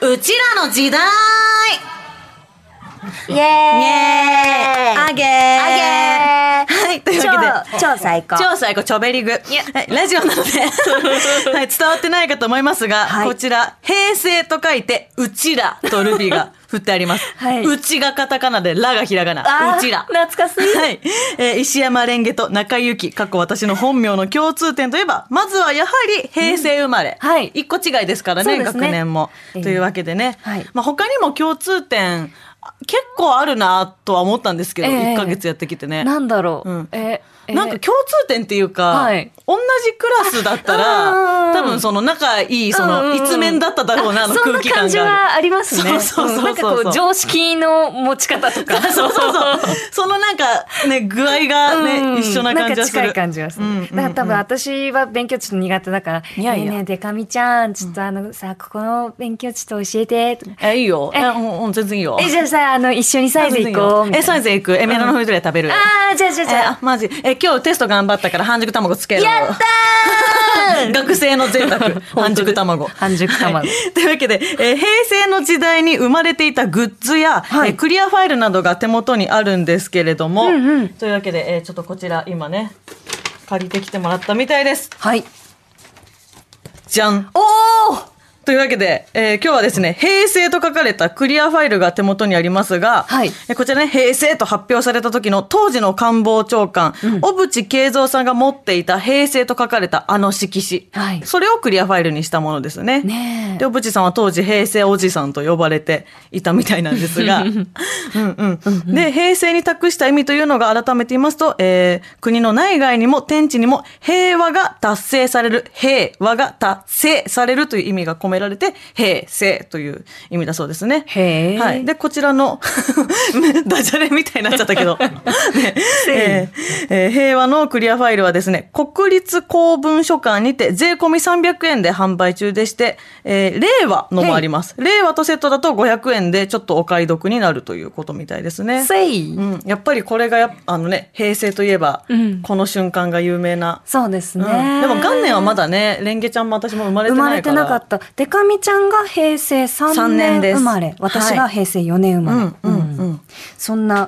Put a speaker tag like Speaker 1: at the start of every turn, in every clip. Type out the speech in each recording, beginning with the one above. Speaker 1: うちらの時代
Speaker 2: イエーイ
Speaker 1: あげー
Speaker 2: あげー
Speaker 1: はい、というわけで。
Speaker 2: 超超最高
Speaker 1: 超最高、超ベリグ。はいラジ オなので、はい、伝わってないかと思いますが、
Speaker 2: はい
Speaker 1: こちら、平成と書いて、うちらとルビーが振ってあります。
Speaker 2: はいう
Speaker 1: ちがカタカナで、らがひらが
Speaker 2: あ
Speaker 1: な。
Speaker 2: ー
Speaker 1: うちら。
Speaker 2: 懐かしい
Speaker 1: はい。えー石山レンゲと中井ゆき、過去私の本名の共通点といえば、まずはやはり平成生まれ。
Speaker 2: うんはい
Speaker 1: 一個違いですから
Speaker 2: そう
Speaker 1: ね、
Speaker 2: です
Speaker 1: 学
Speaker 2: ね
Speaker 1: 年も。
Speaker 2: え
Speaker 1: と
Speaker 2: ー
Speaker 1: いうわけでね。
Speaker 2: はい
Speaker 1: まあ他にも共通点、結構あるなとは思ったんですけど、
Speaker 2: ええ
Speaker 1: 1ヶ月やってきてね。
Speaker 2: なんだろう、
Speaker 1: うん
Speaker 2: ええ
Speaker 1: なんか共通点っていうか、
Speaker 2: はい
Speaker 1: 同じクラスだった
Speaker 2: あ
Speaker 1: ら、
Speaker 2: ー
Speaker 1: 多分その仲いい、そ
Speaker 2: うんうん
Speaker 1: の
Speaker 2: うん
Speaker 1: 一面だっただろうな、あの
Speaker 2: そん
Speaker 1: 空
Speaker 2: な
Speaker 1: 気感があ
Speaker 2: 感
Speaker 1: る。
Speaker 2: じはありますね。
Speaker 1: そうそうそうそうん
Speaker 2: なんかこう常識の持ち方とか。
Speaker 1: そうそうそう。そのなんかね、具合がね、
Speaker 2: うん
Speaker 1: 一緒な感じがす
Speaker 2: な
Speaker 1: る。
Speaker 2: んか近い感じがする。
Speaker 1: うんうんうん
Speaker 2: だから多分私は勉強ちょっと苦手だから、
Speaker 1: いや
Speaker 2: ね
Speaker 1: いや
Speaker 2: えねえ、でかみちゃん、ちょっとあのさ、ここの勉強ちょっと教えて、とか
Speaker 1: え、いいよ。
Speaker 2: え
Speaker 1: え、うんうん全然いいよ。
Speaker 2: え、じゃあさ、あの、一緒にサイズ行こうみたいな。
Speaker 1: え、サイズ行く。え、メラノフリトレ食べる。
Speaker 2: ああ、じゃあじゃあじ
Speaker 1: え
Speaker 2: ゃ
Speaker 1: あ、マジ。え、今日テスト頑張ったから半熟卵つけ
Speaker 2: あ。
Speaker 1: る。
Speaker 2: やったー
Speaker 1: 学生の 贅沢。半熟卵。
Speaker 2: 半熟卵
Speaker 1: はいというわけで、えー平成の時代に生まれていたグッズや、
Speaker 2: はい
Speaker 1: えークリアファイルなどが手元にあるんですけれども、
Speaker 2: うんうん
Speaker 1: というわけで、えーちょっとこちら今ね、借りてきてもらったみたいです。
Speaker 2: はい。
Speaker 1: じゃん。
Speaker 2: おお
Speaker 1: というわけで、えー今日はですね、平成と書かれたクリアファイルが手元にありますが、
Speaker 2: はい
Speaker 1: えーこちらね、平成と発表された時の当時の官房長官、小渕恵三さんが持っていた平成と書かれたあの色紙、
Speaker 2: はい
Speaker 1: それをクリアファイルにしたものですね。
Speaker 2: ねえ
Speaker 1: で、小渕さんは当時平成おじさんと呼ばれていたみたいなんですが、うんうん。で、平成に託した意味というのが改めて言いますと、えー国の内外にも天地にも平和が達成される、平和が達成されるという意味が込められて、平成という意味だそうですね。
Speaker 2: へえ
Speaker 1: はい。で、こちらの ダジャレみたいになっちゃっ たけど、ねえーえー平和のクリアファイルはですね、国立公文書館にて税込み300円で販売中でして、えー令和のもあります。令和とセットだと500円でちょっとお買い得になるということみたいですね。
Speaker 2: せい、
Speaker 1: うん、やっぱりこれがやっあのね、平成といえば、
Speaker 2: うん
Speaker 1: この瞬間が有名な。
Speaker 2: そうです
Speaker 1: うん、
Speaker 2: ね、
Speaker 1: でも元年はまだね、レンゲちゃんも私も生まれて
Speaker 2: 生
Speaker 1: ないから。
Speaker 2: まれてなかった。でかみちゃんが平成3
Speaker 1: 三
Speaker 2: 年
Speaker 1: 年です
Speaker 2: 生まれ。私が
Speaker 1: はい
Speaker 2: 平成4年生まれ。
Speaker 1: うんうんうん
Speaker 2: そんな、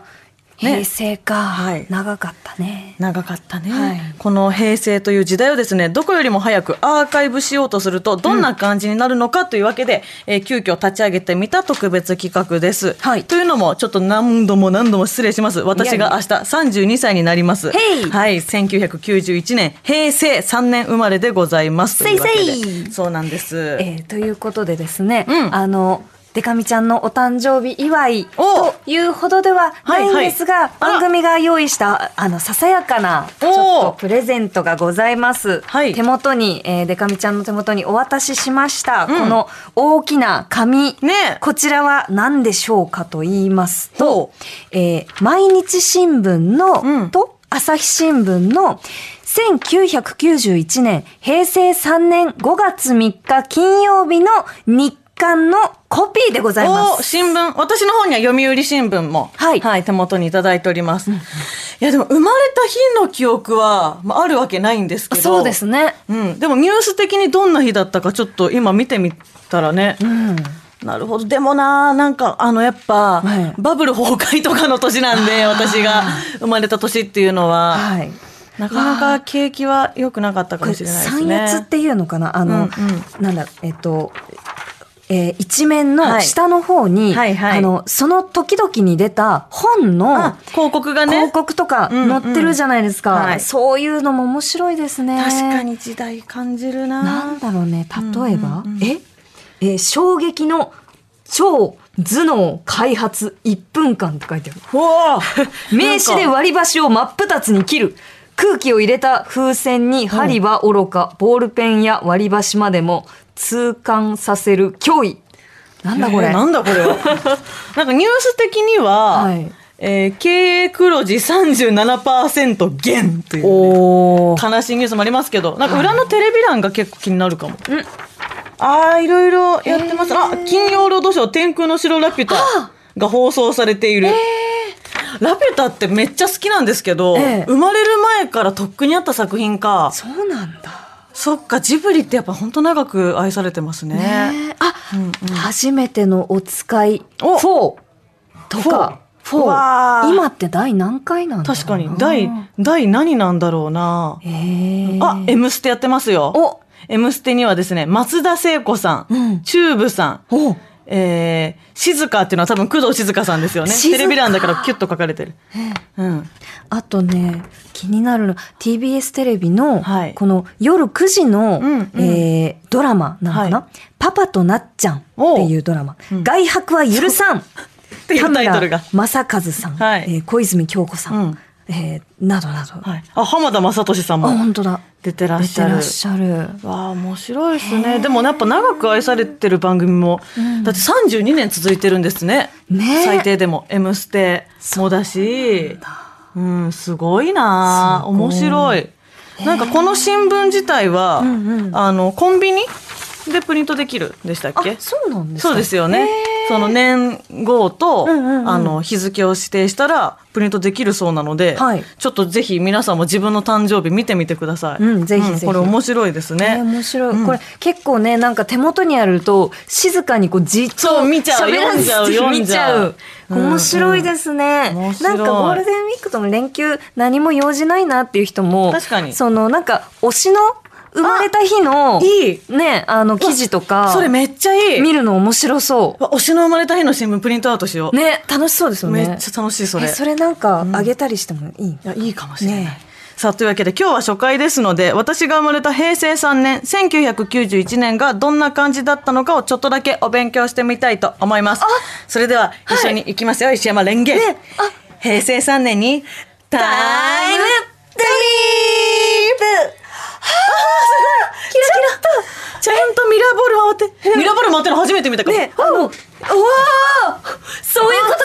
Speaker 1: ね
Speaker 2: 平成か、
Speaker 1: はい
Speaker 2: 長かったね。
Speaker 1: 長かったね、
Speaker 2: はい
Speaker 1: この平成という時代をですねどこよりも早くアーカイブしようとするとどんな感じになるのかというわけで、えー急遽立ち上げてみた特別企画です、
Speaker 2: はい
Speaker 1: というのもちょっと何度も何度も失礼します私が明日32歳になります
Speaker 2: へい
Speaker 1: はい1991年平成3年生まれでございます
Speaker 2: せいせい
Speaker 1: とうわけでそうなんです、
Speaker 2: えーということでですね、
Speaker 1: うん
Speaker 2: あの、でかみちゃんのお誕生日祝い
Speaker 1: お
Speaker 2: というほどではないんですが、
Speaker 1: はいはいあら
Speaker 2: 番組が用意したあのささやかなちょ
Speaker 1: おー
Speaker 2: っとプレゼントがございます。
Speaker 1: はい
Speaker 2: 手元に、えー、でかみちゃんの手元にお渡ししました、
Speaker 1: うん
Speaker 2: この大きな紙、
Speaker 1: ねえ
Speaker 2: こちらは何でしょうかと言いますと
Speaker 1: ほ、
Speaker 2: えー毎日新聞の、
Speaker 1: うん
Speaker 2: と朝日新聞の1991年平成3年5月3日金曜日の日刊のコピーでございま
Speaker 1: お
Speaker 2: す。
Speaker 1: 新聞私の方には読売新聞も、
Speaker 2: はい
Speaker 1: 手元にいただいております、いやでも生まれた日の記憶は、まあ、あるわけないんですけど
Speaker 2: そうですね。
Speaker 1: うん、でもニュース的にどんな日だったかちょっと今見てみたらね、
Speaker 2: うん。
Speaker 1: なるほどでもななんかあのやっぱ、
Speaker 2: はい
Speaker 1: バブル崩壊とかの年なんで私が生まれた年っていうのは、
Speaker 2: はい。
Speaker 1: なかなか景気は良くなかったか
Speaker 2: こ
Speaker 1: も
Speaker 2: れ
Speaker 1: しれないです
Speaker 2: 三
Speaker 1: ね。
Speaker 2: 月っていうのかなあの、
Speaker 1: うんう
Speaker 2: なんだえっと。えー一面の
Speaker 1: はい
Speaker 2: 下の方に、
Speaker 1: はいはい
Speaker 2: あのその時々に出た本の
Speaker 1: あ広告がね
Speaker 2: 広告とか載ってるじゃないですか、
Speaker 1: うんうんはい
Speaker 2: そういうのも面白いですね
Speaker 1: 確かに時代感じるな
Speaker 2: なんだろうね例えば、
Speaker 1: うんうんうん
Speaker 2: ええー衝撃の超頭脳開発1分間って書いてある
Speaker 1: う わ
Speaker 2: 名刺で割り箸を真っ二つに切る空気を入れた風船に針はおろか、ボールペンや割り箸までも痛感させる脅威なんだこれ、
Speaker 1: えー なんだこれは。なんかニュース的には、
Speaker 2: はい
Speaker 1: えー経営黒字37%減という、ね。
Speaker 2: おー
Speaker 1: 悲しいニュースもありますけど、なんか裏のテレビ欄が結構気になるかも。
Speaker 2: うん
Speaker 1: ああ、いろいろやってます。
Speaker 2: へ
Speaker 1: あ、金曜ロードショー天空の城ラピュタが放送されている。ラピュタってめっちゃ好きなんですけど、
Speaker 2: ええ
Speaker 1: 生まれる前からとっくにあった作品か。
Speaker 2: そうなんだ
Speaker 1: そっかジブリってやっぱ本当長く愛されてますね
Speaker 2: ねえあ、
Speaker 1: うんうん
Speaker 2: 初めてのお使い
Speaker 1: お
Speaker 2: 4とか
Speaker 1: フォーうわ
Speaker 2: 4
Speaker 1: ー
Speaker 2: 今って第何回なんだろうな
Speaker 1: 確かに第第何なんだろうな
Speaker 2: えー、
Speaker 1: あ「M ステ」やってますよ
Speaker 2: お
Speaker 1: 「M ステ」にはですね松田聖子さん、
Speaker 2: うん
Speaker 1: チューブさん
Speaker 2: お
Speaker 1: えー、静かっていうのは多分工藤静香さんですよね
Speaker 2: 静香
Speaker 1: テレビ欄だからキュッと書かれてる、うん、
Speaker 2: あとね気になるの TBS テレビの、
Speaker 1: はい
Speaker 2: この夜9時の、
Speaker 1: うんうん
Speaker 2: えードラマなのかな、
Speaker 1: は
Speaker 2: パパとなっちゃん」っていうドラマ「
Speaker 1: おううん
Speaker 2: 外泊は許さん」
Speaker 1: ていうタイトルが
Speaker 2: 田村正和さん、
Speaker 1: はい
Speaker 2: えー小泉今日子さん、
Speaker 1: うん
Speaker 2: えーなどなど、
Speaker 1: はい、あ浜田雅俊さん
Speaker 2: あ
Speaker 1: も
Speaker 2: 本当だ
Speaker 1: 出てらっ
Speaker 2: 出
Speaker 1: してゃ
Speaker 2: ら
Speaker 1: る
Speaker 2: っしゃる
Speaker 1: わあ面白いですねでもやっぱ長く愛されてる番組も、だって32年続いてるんですね
Speaker 2: ねえ
Speaker 1: 最低でも「M ステ」もだしうんすごいな
Speaker 2: すごい
Speaker 1: 面白いなんかこの新聞自体は、
Speaker 2: んうん
Speaker 1: あのコンビニでプリントできるんでしたっ
Speaker 2: あ
Speaker 1: け
Speaker 2: そうなんですか
Speaker 1: そうですよね。その年号と、
Speaker 2: うんうんうん
Speaker 1: あの日付を指定したらプリントできるそうなので、
Speaker 2: はい
Speaker 1: ちょっとぜひ皆さんも自分の誕生日見てみてください。
Speaker 2: うんぜひぜひ
Speaker 1: これ面白いです
Speaker 2: ね、
Speaker 1: ね。
Speaker 2: 面白い、
Speaker 1: うん
Speaker 2: これ結構ねなんか手元にあると静かにこうじっと
Speaker 1: そう見ちゃう
Speaker 2: 喋らずに
Speaker 1: 読んじゃう読ん
Speaker 2: 見ち
Speaker 1: じ
Speaker 2: ゃ
Speaker 1: ゃ
Speaker 2: う
Speaker 1: ううん
Speaker 2: 面白いですね、
Speaker 1: 面白
Speaker 2: ないんかゴールデンウィークとの連休何も用事ないなっていう人も
Speaker 1: 確かに
Speaker 2: そのなんか推しの生まれた日の
Speaker 1: いい。
Speaker 2: ねあの記事とか
Speaker 1: それめっちゃい
Speaker 2: 見
Speaker 1: い。
Speaker 2: るの面白そ
Speaker 1: わ推しの生まれた日の新聞プリントアウトし
Speaker 2: う
Speaker 1: よう。
Speaker 2: ね楽しそうですよ
Speaker 1: め
Speaker 2: ね
Speaker 1: っちゃ楽しいそ
Speaker 2: え
Speaker 1: れ。
Speaker 2: それなんかあげたりしてもいい、
Speaker 1: いやいいかもしれない。
Speaker 2: ね
Speaker 1: さあというわけで今日は初回ですので私が生まれた平成3年1991年がどんな感じだったのかをちょっとだけお勉強してみたいと思いますそれでは一緒に行きますよ、石山レンゲ、平成3年にタイム
Speaker 2: トリープ
Speaker 1: ちゃんとミラーボール回ってミラーボール回ってるの初めて見たかも、
Speaker 2: ね、あの、うわあそういうことか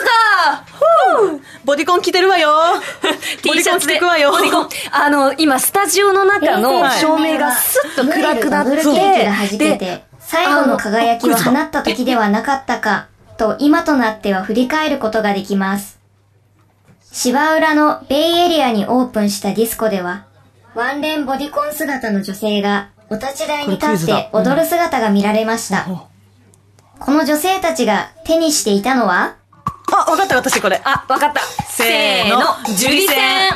Speaker 1: ボディコン着てるわ よボ
Speaker 2: T
Speaker 1: ディ
Speaker 2: シ
Speaker 1: コ
Speaker 2: ャ
Speaker 1: ン着
Speaker 2: ツ
Speaker 1: て
Speaker 2: で、
Speaker 1: くわよ
Speaker 2: ボディコンあの、今、スタジオの中の
Speaker 1: はい
Speaker 2: 照明がスッと暗くなっ
Speaker 3: ブルーケーキが
Speaker 2: て、
Speaker 3: 弾け
Speaker 2: で
Speaker 3: て、、最後の輝きを放った時ではなかったか、と今となっては振り返ることができます。芝浦のベイエリアにオープンしたディスコでは、ワンレンボディコン姿の女性がお立ち台に立
Speaker 1: これクイ
Speaker 3: っ
Speaker 1: ズだ
Speaker 3: て
Speaker 1: うん
Speaker 3: 踊る姿が見られました。この女性たちが手にしていたのは、
Speaker 1: あわかった私これ
Speaker 2: あ、わかった。
Speaker 1: せ
Speaker 2: せ
Speaker 1: ー
Speaker 2: ー
Speaker 1: の
Speaker 2: の、樹里線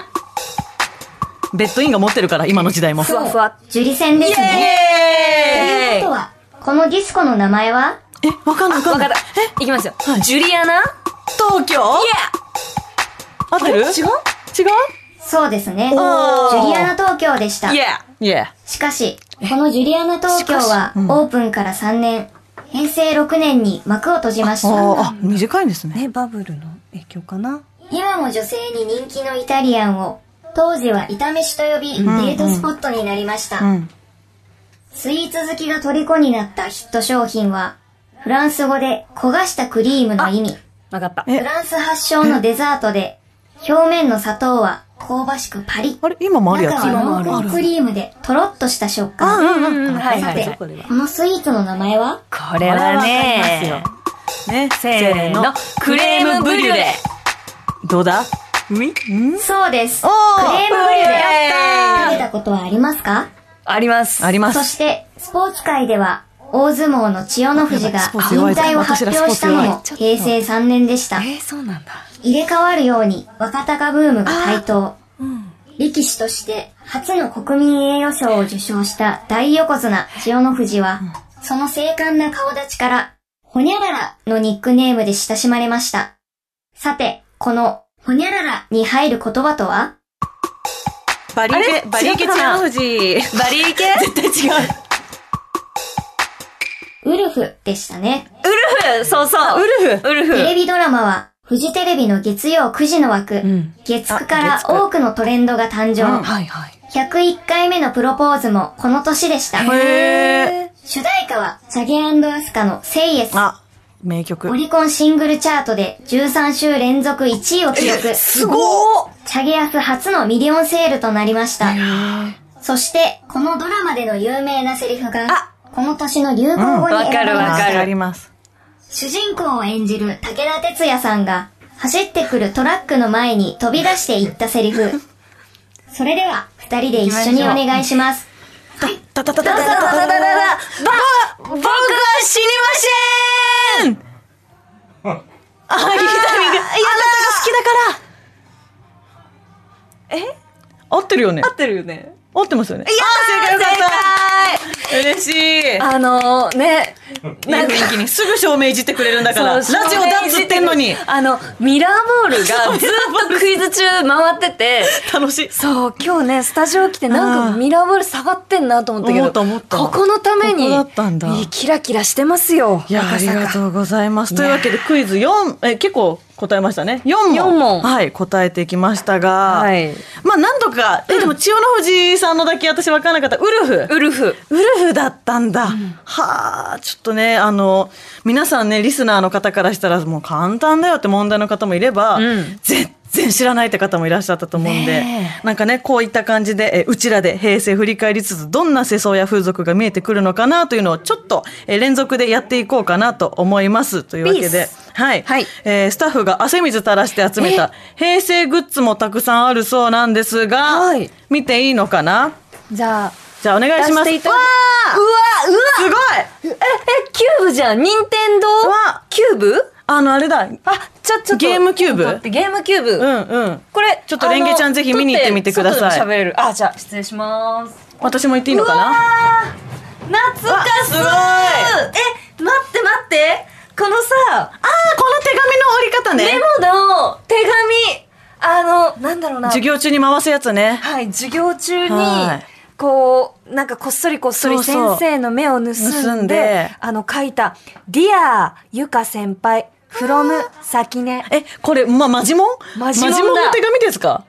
Speaker 1: ベッドインが持ってるから今の時代も
Speaker 2: ふわふわ。
Speaker 3: 樹里線ですね。とい
Speaker 2: え
Speaker 3: うことは、このディスコの名前は、
Speaker 1: えわかんない
Speaker 2: ー
Speaker 1: わか
Speaker 2: わ
Speaker 1: ん
Speaker 2: か
Speaker 1: な
Speaker 2: っ
Speaker 1: い
Speaker 2: た。いきますよ
Speaker 1: は。い
Speaker 2: ジュリアナ
Speaker 1: 東京合ってる違う違う
Speaker 2: Yeah!
Speaker 3: そうですね。ジ
Speaker 1: おー
Speaker 3: ュリアナ東京でした。
Speaker 1: いや
Speaker 3: しかし、このジュリアナ東京はオープンから3年、平成6年に幕を閉じまし
Speaker 1: あー
Speaker 3: た。
Speaker 1: あ短いんですね
Speaker 2: ね、バブルの影響かな。
Speaker 3: 今も女性に人気のイタリアンを、当時は炒めしと呼び、デートスポットになりました。
Speaker 1: うん
Speaker 3: スイーツ好きが虜になったヒット商品は、フランス語で焦がしたクリームの意味。
Speaker 2: わかった。
Speaker 1: え
Speaker 3: フランス発祥のデザートで、表面の砂糖は香ばしくパリ。
Speaker 1: あれ今もあるやつ
Speaker 3: 中は濃厚クリームでとろっとした食感。
Speaker 2: うんうんうん、はい
Speaker 3: さ
Speaker 2: は
Speaker 3: て、
Speaker 2: い。これ
Speaker 3: このスイーツの名前は
Speaker 2: はね、
Speaker 1: ね
Speaker 2: せーの、クレームブリュレ。
Speaker 1: どうだウィん
Speaker 3: そうです。ク
Speaker 1: お
Speaker 3: レ
Speaker 1: ー
Speaker 3: ームブリュレ。食
Speaker 2: や
Speaker 3: べ
Speaker 2: った
Speaker 3: ことはありますか
Speaker 2: あります。
Speaker 1: ありま
Speaker 3: そ
Speaker 1: す
Speaker 3: して、スポーツ界では、大相撲の千代の富士が
Speaker 1: スポ
Speaker 3: 引
Speaker 1: ーツ弱いです
Speaker 3: 退を発表したのも
Speaker 2: 私らスポーツ弱い
Speaker 3: 平成3年でした。
Speaker 2: えー、そうなんだ。
Speaker 3: 入れ替わるように若鷹ブームが台頭。力士として初の国民栄誉賞を受賞した大横綱千代の富士は、その精悍な顔立ちから、ほにゃららのニックネームで親しまれました。さて、この、ほにゃららに入る言葉とは
Speaker 1: バリー
Speaker 2: あ
Speaker 1: ケ
Speaker 2: れ
Speaker 1: バリーケ
Speaker 2: 違うか
Speaker 1: 千
Speaker 2: な
Speaker 1: 代の富士
Speaker 2: バリー系
Speaker 1: 絶対違う
Speaker 3: ウルフでしたね。
Speaker 2: ウルフそうそう。
Speaker 1: ウルフ
Speaker 2: ウルフ
Speaker 3: テレビドラマは、フジテレビの月曜9時の枠、
Speaker 2: ん
Speaker 3: 月9か
Speaker 1: あ
Speaker 3: ら
Speaker 1: 月九
Speaker 3: 多くのトレンドが誕生。
Speaker 1: うん
Speaker 2: はいはい。
Speaker 3: 101回目のプロポーズもこの年でした。
Speaker 1: へー
Speaker 3: 主題歌は、チャゲアスカの Say Yes。
Speaker 1: あ名曲
Speaker 3: オリコンシングルチャートで13週連続1位を記録。
Speaker 1: すご
Speaker 3: チャゲアス初のミリオンセールとなりました。そして、このドラマでの有名なセリフが、この年の流行語に
Speaker 2: う
Speaker 3: 選ばれました。
Speaker 2: んわかるわかる
Speaker 1: あります
Speaker 3: 主人公を演じる武田鉄矢さんが走ってくるトラックの前に飛び出していったセリフ。それでは二人で一緒にお願いします。はい。
Speaker 1: タタタタタタ
Speaker 2: ダダ
Speaker 1: タ
Speaker 2: ダダダダば僕は死にません
Speaker 1: ああ、ゆきたみが、あなたが好きだから
Speaker 2: え
Speaker 1: 合ってるよね
Speaker 2: 合ってるよね
Speaker 1: 合ってますよねああー正解よかった嬉しい
Speaker 2: あのー、ね、なんか
Speaker 1: いい雰囲気にすぐ証明いじってくれるんだからラジ
Speaker 2: そう
Speaker 1: オだっつってんのに
Speaker 2: あの、ミラーボールがずっとクイズ中回ってて、
Speaker 1: 楽しい
Speaker 2: そう、今日ね、スタジオ来てなんかミラーボール下がってんなと思ったけど、
Speaker 1: 思った思った
Speaker 2: ここのために、
Speaker 1: ここだったんだ
Speaker 2: いいキラキラしてますよ。
Speaker 1: いやあ
Speaker 2: 赤
Speaker 1: り
Speaker 2: 坂
Speaker 1: がとうございます。というわけでクイズ4え結構答えましたね。4問
Speaker 2: 四問
Speaker 1: はい答えていきましたが、
Speaker 2: はい
Speaker 1: まあ何とかえでも千代の富士さんのだけ私分からなかったウルフ。
Speaker 2: ウルフ。
Speaker 1: ウルフだったんだ、はあちょっとねあの皆さんねリスナーの方からしたらもう簡単だよって問題の方もいれば、
Speaker 2: うん
Speaker 1: 全然知らないって方もいらっしゃったと思うんで、
Speaker 2: ね
Speaker 1: なんかねこういった感じで、えうちらで平成振り返りつつどんな世相や風俗が見えてくるのかなというのをちょっと、え連続でやっていこうかなと思いますというわけ
Speaker 2: ピー
Speaker 1: で
Speaker 2: ス。
Speaker 1: はい、
Speaker 2: はい
Speaker 1: えースタッフが汗水垂らして集めた平成グッズもたくさんあるそうなんですが、
Speaker 2: はい
Speaker 1: 見ていいのかな
Speaker 2: じゃあ、
Speaker 1: じゃあお願いします。
Speaker 2: 出していただ
Speaker 1: わ
Speaker 2: うわうわ
Speaker 1: す
Speaker 2: え、
Speaker 1: ごい
Speaker 2: え、キューブじゃん。任天堂
Speaker 1: わ
Speaker 2: キューブ
Speaker 1: あの、あれだ。
Speaker 2: あ、ちょ、ちょっと。
Speaker 1: ゲームキューブ
Speaker 2: ちょっと待ってゲームキューブ。
Speaker 1: うんうん。
Speaker 2: これ、
Speaker 1: ちょっとレンゲちゃん
Speaker 2: あの
Speaker 1: ぜひ見に行ってみてください
Speaker 2: 撮って外で喋れる。あ、じゃあ、失礼します。
Speaker 1: 私も言っていいのか
Speaker 2: うわ
Speaker 1: な
Speaker 2: ー懐かしい
Speaker 1: わ
Speaker 2: え、待って待って。このさ、
Speaker 1: あー、この手紙の折り
Speaker 2: メ
Speaker 1: 方ね。
Speaker 2: モの手紙、あの、なんだろうな。
Speaker 1: 授業中に回すやつね。
Speaker 2: はい、授業中に
Speaker 1: はい、
Speaker 2: こう、なんかこっそりこっそり
Speaker 1: そう
Speaker 2: 先
Speaker 1: そう
Speaker 2: 生の目を盗んで、
Speaker 1: 盗んで
Speaker 2: あの、書いた、Dear ゆか先輩、from 先ね。
Speaker 1: え、これ、ま、マジモン
Speaker 2: マジモンだ
Speaker 1: の手紙ですか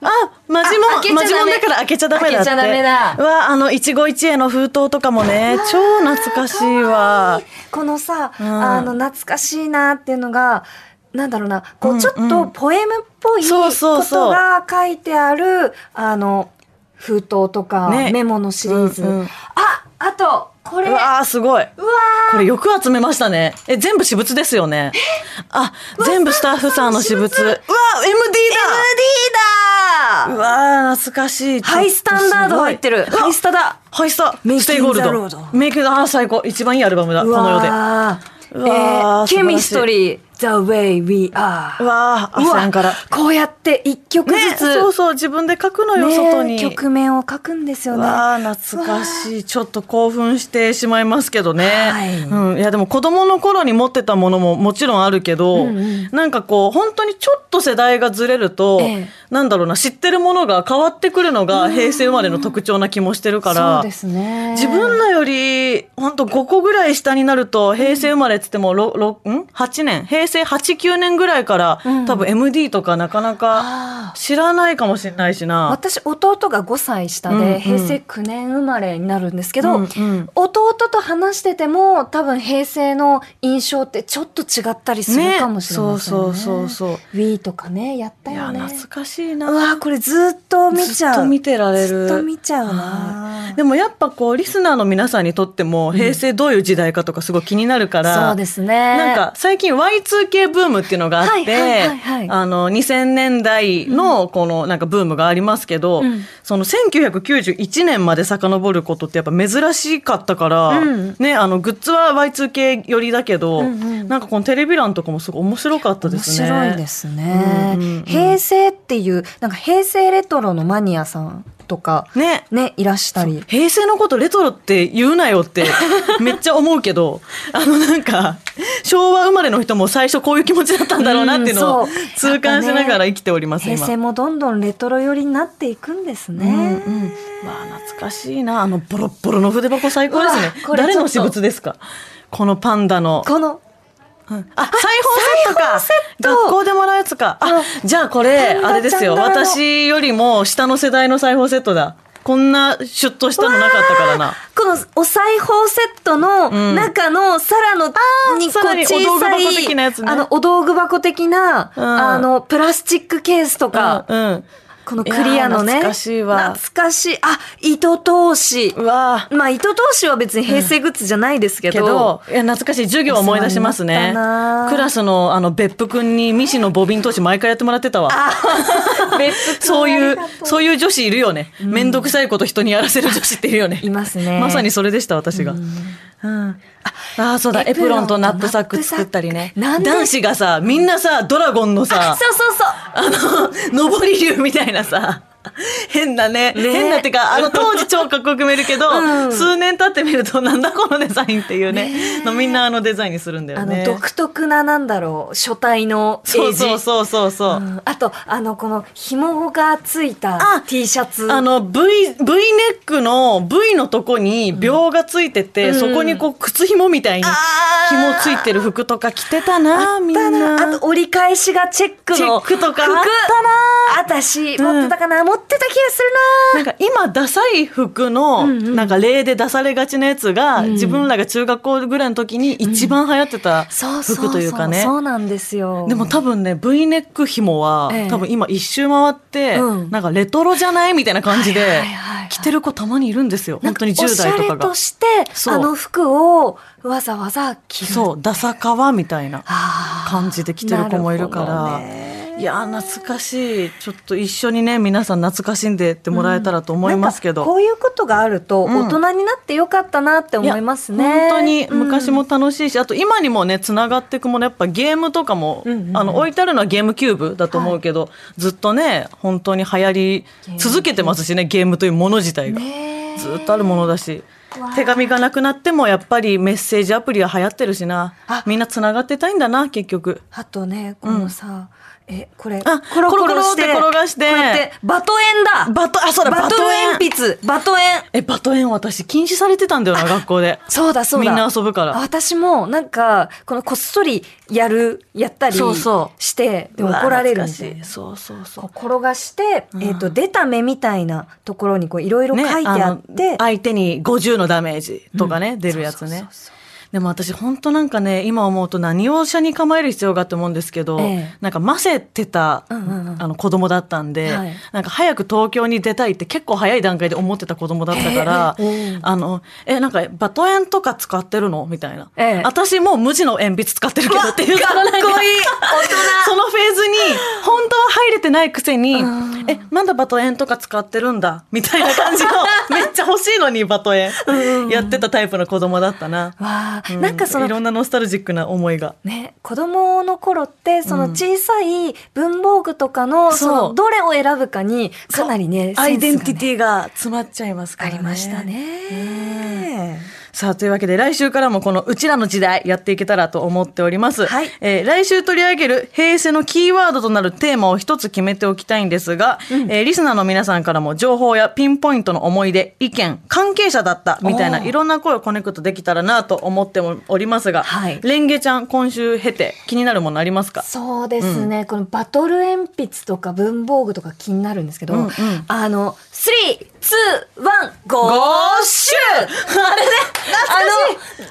Speaker 1: あ、マジ
Speaker 2: あ開け
Speaker 1: モン、
Speaker 2: ちゃダメ
Speaker 1: マジモンだから開けちゃダメだって。
Speaker 2: 開けちゃダメだ
Speaker 1: うわ、あの、一期一会の封筒とかもね、超懐かしいわ。
Speaker 2: このさ、
Speaker 1: うん
Speaker 2: あの、懐かしいなっていうのが、なんだろうな、こ
Speaker 1: うん
Speaker 2: う、ちょっ
Speaker 1: う
Speaker 2: と
Speaker 1: ん
Speaker 2: ポエムっぽいこ
Speaker 1: そうそう
Speaker 2: と
Speaker 1: そう
Speaker 2: が書いてある、あの、封筒とか、
Speaker 1: ね
Speaker 2: メモのシリーズ。
Speaker 1: うんうん
Speaker 2: あ、あと、これ、う
Speaker 1: う
Speaker 2: わ
Speaker 1: わー、すごい。
Speaker 2: ーう
Speaker 1: これよく集めましたね。え、全部私物ですよね。あ、全部スタッフさんの私物。うわ、MD だ
Speaker 2: MD だ
Speaker 1: うわー、懐かしい。
Speaker 2: ハイスタンダード入ってる。
Speaker 1: すごい
Speaker 2: ハイスタだ。
Speaker 1: ハイスタ、
Speaker 2: メイキング
Speaker 1: ステイゴール
Speaker 2: ザロー
Speaker 1: ド
Speaker 2: ド。
Speaker 1: メイクあー最高。一番いいアルバムだ、この世で。うわ
Speaker 2: で。え
Speaker 1: う
Speaker 2: ー、
Speaker 1: わー素晴らしい
Speaker 2: ケミストリー、The Way We Are。
Speaker 1: ー、アさんから。ね、
Speaker 2: こうやって一曲ずつ、
Speaker 1: そうそう、自分で書くのよ、
Speaker 2: ね
Speaker 1: 外に。
Speaker 2: 曲面を書くんですよ
Speaker 1: う
Speaker 2: ね。
Speaker 1: わあ懐かしいちょっと興奮してしまいますけどね、
Speaker 2: はい
Speaker 1: うん、いやでも子どもの頃に持ってたものももちろんあるけど、
Speaker 2: うんうん
Speaker 1: なんかこう本当にちょっと世代がずれると、
Speaker 2: ええ
Speaker 1: なんだろうな知ってるものが変わってくるのが平成生まれの特徴な気もしてるから。
Speaker 2: すね
Speaker 1: 自分らより、ほんと5個ぐらい下になると、平成生まれっつっても、ろろん ?8 年平成8、9年ぐらいから、
Speaker 2: うん
Speaker 1: 多分 MD とかなかな
Speaker 2: あ
Speaker 1: か知らないかもしれないしな。
Speaker 2: 私弟が5歳下で、
Speaker 1: うんうん
Speaker 2: 平成9年生まれになるんですけど、
Speaker 1: うんうん
Speaker 2: 弟と話してても多分平成の印象ってちょっと違ったりするかもしれませんね
Speaker 1: ねそうそうそうそう
Speaker 2: Wii とかねやった
Speaker 1: いや
Speaker 2: よね
Speaker 1: 懐かしいな
Speaker 2: うわこれずっと見ちゃう
Speaker 1: ずっと見てられる
Speaker 2: ずっと見ちゃう
Speaker 1: は
Speaker 2: ない
Speaker 1: でもやっぱこうリスナーの皆さんにとっても平成どういう時代かとかすごい気になるから、
Speaker 2: そうですね
Speaker 1: なんか最近 Y2K ブームっていうのがあって、
Speaker 2: はいはいはいはい
Speaker 1: あの2000年代のこのなんかブームがありますけど、
Speaker 2: うん
Speaker 1: その1991年まで遡ることってやっぱ珍しかったから、
Speaker 2: うん
Speaker 1: ねあのグッズは Y2K 寄りだけど、
Speaker 2: うんうん
Speaker 1: なんかこのテレビ欄とかもすごい面白かったで
Speaker 2: 面
Speaker 1: すね。。
Speaker 2: 白いですすね、
Speaker 1: うんうんうん
Speaker 2: 平成っていうなんか平成レトロのマニアさんとか
Speaker 1: ね。
Speaker 2: ねいらしたり
Speaker 1: 平成のことレトロって言うなよって めっちゃ思うけどあのなんか昭和生まれの人も最初こういう気持ちだったんだろうなっていうのを
Speaker 2: うんそう
Speaker 1: 痛感しながら生きております、
Speaker 2: 平
Speaker 1: 今。
Speaker 2: 成もどんどんレトロ寄りになっていくんですね。
Speaker 1: うんうん、まあ懐かしいなあのボロッボロの筆箱最高です
Speaker 2: う
Speaker 1: ね
Speaker 2: わこれ
Speaker 1: 誰
Speaker 2: ちょっと
Speaker 1: の私物ですかこのパンダの
Speaker 2: この
Speaker 1: あ裁縫セットか
Speaker 2: 裁縫セット
Speaker 1: 学校でもらうやつかあじゃあこ
Speaker 2: パ
Speaker 1: れ
Speaker 2: ンダちゃん
Speaker 1: あれですよ
Speaker 2: 柄の
Speaker 1: 私よりも下の世代の裁縫セットだこんなシュッとしたのなかったからな
Speaker 2: このお裁縫セットの
Speaker 1: うん
Speaker 2: 中のさらのにこう
Speaker 1: さらに
Speaker 2: 小さい
Speaker 1: お道具箱的なやつね
Speaker 2: あのお道具箱的な、
Speaker 1: うん
Speaker 2: あのプラスチックケースとか、
Speaker 1: うんうん
Speaker 2: このクリアのね。
Speaker 1: いやー懐かしいわ
Speaker 2: 懐かしい。あ、糸通し。
Speaker 1: うわー
Speaker 2: まあ、糸通しは別に平成グッズじゃないですけ
Speaker 1: け
Speaker 2: ど。
Speaker 1: ど、いや、懐かしい。授業思い出します
Speaker 2: お世話
Speaker 1: ね。
Speaker 2: になったな
Speaker 1: クラスの、あの、別府くんに、ミシのボビン投資毎回やってもらってたわ。
Speaker 2: 別に
Speaker 1: そうい
Speaker 2: あ
Speaker 1: う
Speaker 2: りがと、
Speaker 1: そういう女子いるよね。めんどくさいこと人にやらせる女子っているよ ね。
Speaker 2: いますね
Speaker 1: まさにそれでした、私が。うん。ああ、そうだ、エプロンとナップサック作ったりね。
Speaker 2: なんで
Speaker 1: 男子がさ、みんなさ、ドラゴンの
Speaker 2: あ
Speaker 1: さ、
Speaker 2: そうそうそう。
Speaker 1: あの、上り竜みたいなさ、変なね、変なってか、あの当時超かっこよく見えるけど、
Speaker 2: うん
Speaker 1: 数年経ってみるとなんだこのデザインっていうね、のみんなあのデザインにするんだよ
Speaker 2: あの、
Speaker 1: ね。
Speaker 2: 独特な、なんだろう、書体のページ。
Speaker 1: そうそうそうそうそ
Speaker 2: う
Speaker 1: う。
Speaker 2: んあと、あの、この、紐がついた
Speaker 1: あ
Speaker 2: T シャツ。
Speaker 1: あの V, v ネックの V のとこに秒がついてて、
Speaker 2: うん
Speaker 1: そこにこう靴紐みたいに
Speaker 2: あー
Speaker 1: 紐ついてる服とか着てたなみん
Speaker 2: だ
Speaker 1: な
Speaker 2: なあと折り返しがチェックの
Speaker 1: チェックとかあっ
Speaker 2: 服
Speaker 1: たな
Speaker 2: 私持ってたかな、持ってた気がするな
Speaker 1: なんか今ダサい服の
Speaker 2: んうん
Speaker 1: なんか例で出されがちなやつが、
Speaker 2: うん
Speaker 1: 自分らが中学校ぐらいの時に一番流行ってた
Speaker 2: そうそうそう
Speaker 1: 服というかね。
Speaker 2: そうなんですよ
Speaker 1: でも多分ね V ネック紐は、
Speaker 2: ええ
Speaker 1: 多分今一周回って、
Speaker 2: うん
Speaker 1: なんかレトロじゃないみたいな感
Speaker 2: は
Speaker 1: じ
Speaker 2: い
Speaker 1: で
Speaker 2: はいはいはい
Speaker 1: 着てる子たまにいるんですよ
Speaker 2: な
Speaker 1: 本
Speaker 2: ん
Speaker 1: 当に
Speaker 2: お
Speaker 1: 10
Speaker 2: しゃ
Speaker 1: 代とか
Speaker 2: れ
Speaker 1: が
Speaker 2: と。して
Speaker 1: そう
Speaker 2: あの服をわざわざ着る
Speaker 1: そう、ダサかわみたいな
Speaker 2: あー
Speaker 1: 感じで来てる子もいるか
Speaker 2: な
Speaker 1: ら。
Speaker 2: ほどね
Speaker 1: いやー懐かしいちょっと一緒にね皆さん懐かしんでってもらえたらと思いますけど、
Speaker 2: なんかこういうことがあると
Speaker 1: うん
Speaker 2: 大人になってよかったなって思いますね、
Speaker 1: 本当に昔
Speaker 2: うん
Speaker 1: も楽しいし、あと今にもねつながっていくものやっぱゲームとかも、
Speaker 2: うんうんうん
Speaker 1: あの置いてあるのはゲームキューブだと思うけど、ずっとね本当に流行り続けてますしねゲームというもの自体が、
Speaker 2: ねえ
Speaker 1: ずっとあるものだし
Speaker 2: わあ
Speaker 1: 手紙がなくなってもやっぱりメッセージアプリは流行ってるしな
Speaker 2: あ
Speaker 1: みんなつながってたいんだな結局。
Speaker 2: あとね、このさ、え、これ、
Speaker 1: あコロコロって転がして
Speaker 2: こうやって、バト円だ
Speaker 1: バトあそうだ
Speaker 2: バト
Speaker 1: バト円
Speaker 2: 鉛筆バト円
Speaker 1: え、バトエン私禁止されてたんだよな、学校で。
Speaker 2: そうだそうだ。
Speaker 1: みんな遊ぶから
Speaker 2: あ私も、なんか、このこっそりやる、やったりして、
Speaker 1: そうそ
Speaker 2: で怒られるんですよ
Speaker 1: うわ懐かしいそうそうそ
Speaker 2: こう
Speaker 1: う。
Speaker 2: 転がして、えっ、と、出た目みたいなところに、こう、いろいろ書いてあって、
Speaker 1: ねの相手に50のダメージとかね、出るやつね。
Speaker 2: そうそうそう
Speaker 1: でも私本当なんかね今思うと何を社に構える必要があって思うんですけど、
Speaker 2: ええ
Speaker 1: なんかませてた、
Speaker 2: うんうんうん
Speaker 1: あの子供だったんで、
Speaker 2: はい
Speaker 1: なんか早く東京に出たいって結構早い段階で思ってた子供だったから、
Speaker 2: ええおう
Speaker 1: あのえなんかバトエンとか使ってるのみたいな、
Speaker 2: ええ
Speaker 1: 私もう無地の鉛筆使ってるけどっていう
Speaker 2: かっこいい大人
Speaker 1: そのフェーズに、本当は入れてないくせに
Speaker 2: うん、
Speaker 1: え、まだバトエンとか使ってるんだ、みたいな 感じの、めっちゃ欲しいのにバトエン、やってたタイプの子供だったな。
Speaker 2: わあ、
Speaker 1: う
Speaker 2: なんかその
Speaker 1: いろんなノスタルジックな思いが。
Speaker 2: ね、子供の頃ってその
Speaker 1: うん
Speaker 2: 小さい文房具とかの,、そ
Speaker 1: そ
Speaker 2: の
Speaker 1: う
Speaker 2: どれを選ぶかにかなりね
Speaker 1: アイデンティ
Speaker 2: ィ
Speaker 1: ティが詰まっちゃいますか
Speaker 2: あ
Speaker 1: らね。
Speaker 2: りました。ね。
Speaker 1: さあ、というわけで来週からもこのうちらの時代やっていけたらと思っております。
Speaker 2: はい
Speaker 1: えー来週取り上げる平成のキーワードとなるテーマを一つ決めておきたいんですが、えーリスナーの皆さんからも情報やピンポイントの思い出、意見、関係者だったみたい
Speaker 2: お
Speaker 1: な
Speaker 2: ー
Speaker 1: いろんな声をコネクトできたらなと思っておりますが、
Speaker 2: はい
Speaker 1: レンゲちゃん今週経て気になるものありますか
Speaker 2: そうですね、このバトル鉛筆とか文房具とか気になるんですけど、
Speaker 1: うんうん
Speaker 2: あの321ゴー シュあれね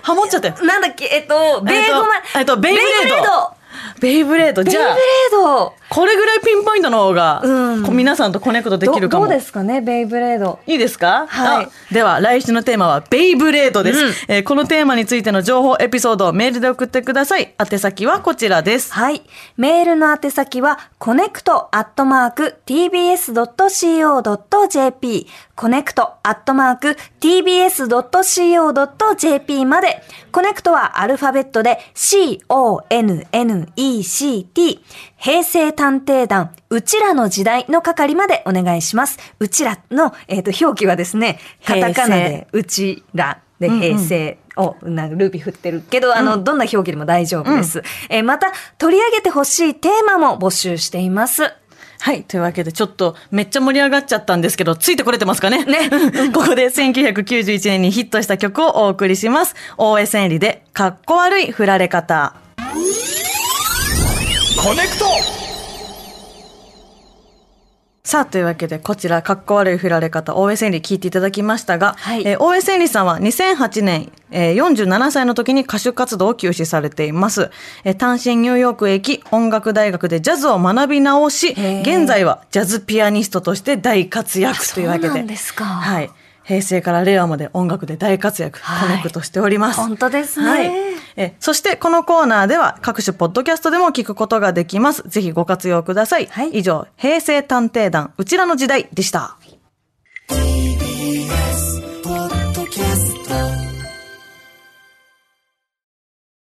Speaker 1: ハモっちゃったよ
Speaker 2: あ。のなんだっけえっとベーゴマ、
Speaker 1: えっとベイブレード
Speaker 2: ベイブレード
Speaker 1: ベイブレード。
Speaker 2: ベイ
Speaker 1: じ
Speaker 2: ブ
Speaker 1: ゃ
Speaker 2: レ
Speaker 1: あ、
Speaker 2: ード
Speaker 1: これぐらいピンポイントの方が、
Speaker 2: うん
Speaker 1: こ皆さんとコネクトできるかも。
Speaker 2: どどうですかねベイブレード
Speaker 1: いいですか
Speaker 2: はい
Speaker 1: あでは、来週のテーマは、ベイブレードです、えーこのテーマについての情報、エピソードをメールで送ってください。宛先はこちらです。
Speaker 2: はい。メールの宛先は、コネクトアットマーク tbs.co.jp、コネクトアットマーク tbs.co.jp まで、コネクトはアルファベットで c-o-n-n-e-c-t、平成探偵団、うちらの時代の係までお願いします。うちらの、えっ、と、表記はですね、カタカナで、うちらで平成。をなんかルビー振ってるけど、あの、どんな表記でも大丈夫です。えーまた、取り上げてほしいテーマも募集しています。
Speaker 1: はい。というわけで、ちょっと、めっちゃ盛り上がっちゃったんですけど、ついてこれてますかね
Speaker 2: ね
Speaker 1: ここで、1991年にヒットした曲をお送りします。大江千里で、かっこ悪い振られ方。
Speaker 4: コネクト
Speaker 1: さあ、というわけで、こちら、かっこ悪い振られ方、大江千里聞いていただきましたが、
Speaker 2: はい
Speaker 1: えー大江千里さんは2008年、えー47歳の時に歌手活動を休止されています。えー単身ニューヨークへ行き、音楽大学でジャズを学び直し、
Speaker 2: へー
Speaker 1: 現在はジャズピアニストとして大活躍というわけで。
Speaker 2: あそうなんですか
Speaker 1: はい。平成から令和まで音楽で大活躍、
Speaker 2: はい
Speaker 1: コネクトしております。
Speaker 2: 本当ですね
Speaker 1: はいえそしてこのコーナーでは各種ポッドキャストでも聞くことができます。ぜひご活用ください。
Speaker 2: はい
Speaker 1: 以上、平成探偵団、うちらの時代でした。